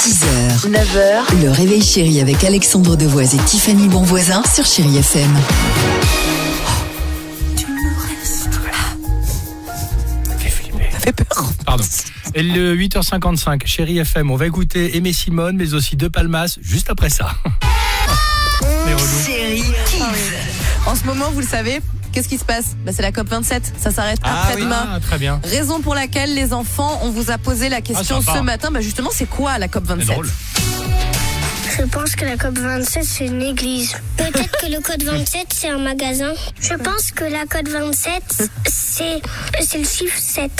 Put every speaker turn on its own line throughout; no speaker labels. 6h, 9h, le réveil chéri avec Alexandre Devoise et Tiffany Bonvoisin sur Chéri FM.
Pardon. Et le 8h55, chérie FM, on va écouter Aimé Simone, mais aussi De Palmas, juste après ça. Mais
Ah
relou.
En ce moment, vous le savez, qu'est-ce qui se passe Bah, C'est la COP27, ça s'arrête après-demain.
Ah, très bien.
Raison pour laquelle les enfants, on vous a posé la question
Ah, sympa.
ce matin, bah justement, c'est quoi la COP27
C'est drôle.
Je pense que la COP 27, c'est une église.
Peut-être que le code 27, c'est un magasin.
Je pense que la code 27, c'est c'est le chiffre 7.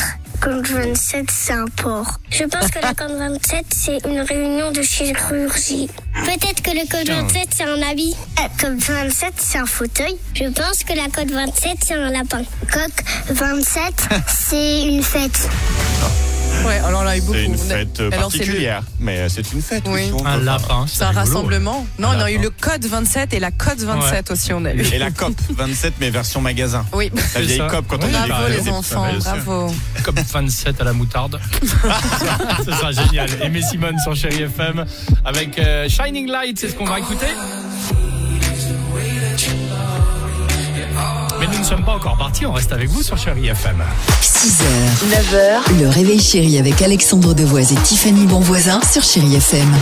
Code 27, c'est un port.
Je pense que la code 27, c'est une réunion de chirurgie. Peut-être que le code 27, c'est un habit.
La COP 27, c'est un fauteuil.
Je pense que la code 27, c'est un lapin.
Coq 27, c'est une fête.
Ouais, alors là, il y a beaucoup.
C'est une
On a-
fête euh,
alors, c'est le-
particulière, mais euh, c'est une fête.
Oui.
aussi, on
Un
peut pas.
lapin.
C'est un
rigolo.
rassemblement. Non,
Voilà.
on a eu le code 27 et la code 27 aussi, on a eu.
Et la COP 27, mais version magasin.
Oui.
La vieille
ça.
COP quand
Oui,
on est
Bravo
bah,
des-
les
des-
enfants,
Ah, bien sûr.
bravo.
Comme 27 à la moutarde. Ce sera génial. Aimé Simone sur chérie FM avec euh, Shining Light, c'est ce qu'on va écouter. Mais nous ne sommes pas encore partis, on reste avec vous sur chérie FM.
6h, 9h, le réveil chéri avec Alexandre Devoise et Tiffany Bonvoisin sur Chéri FM.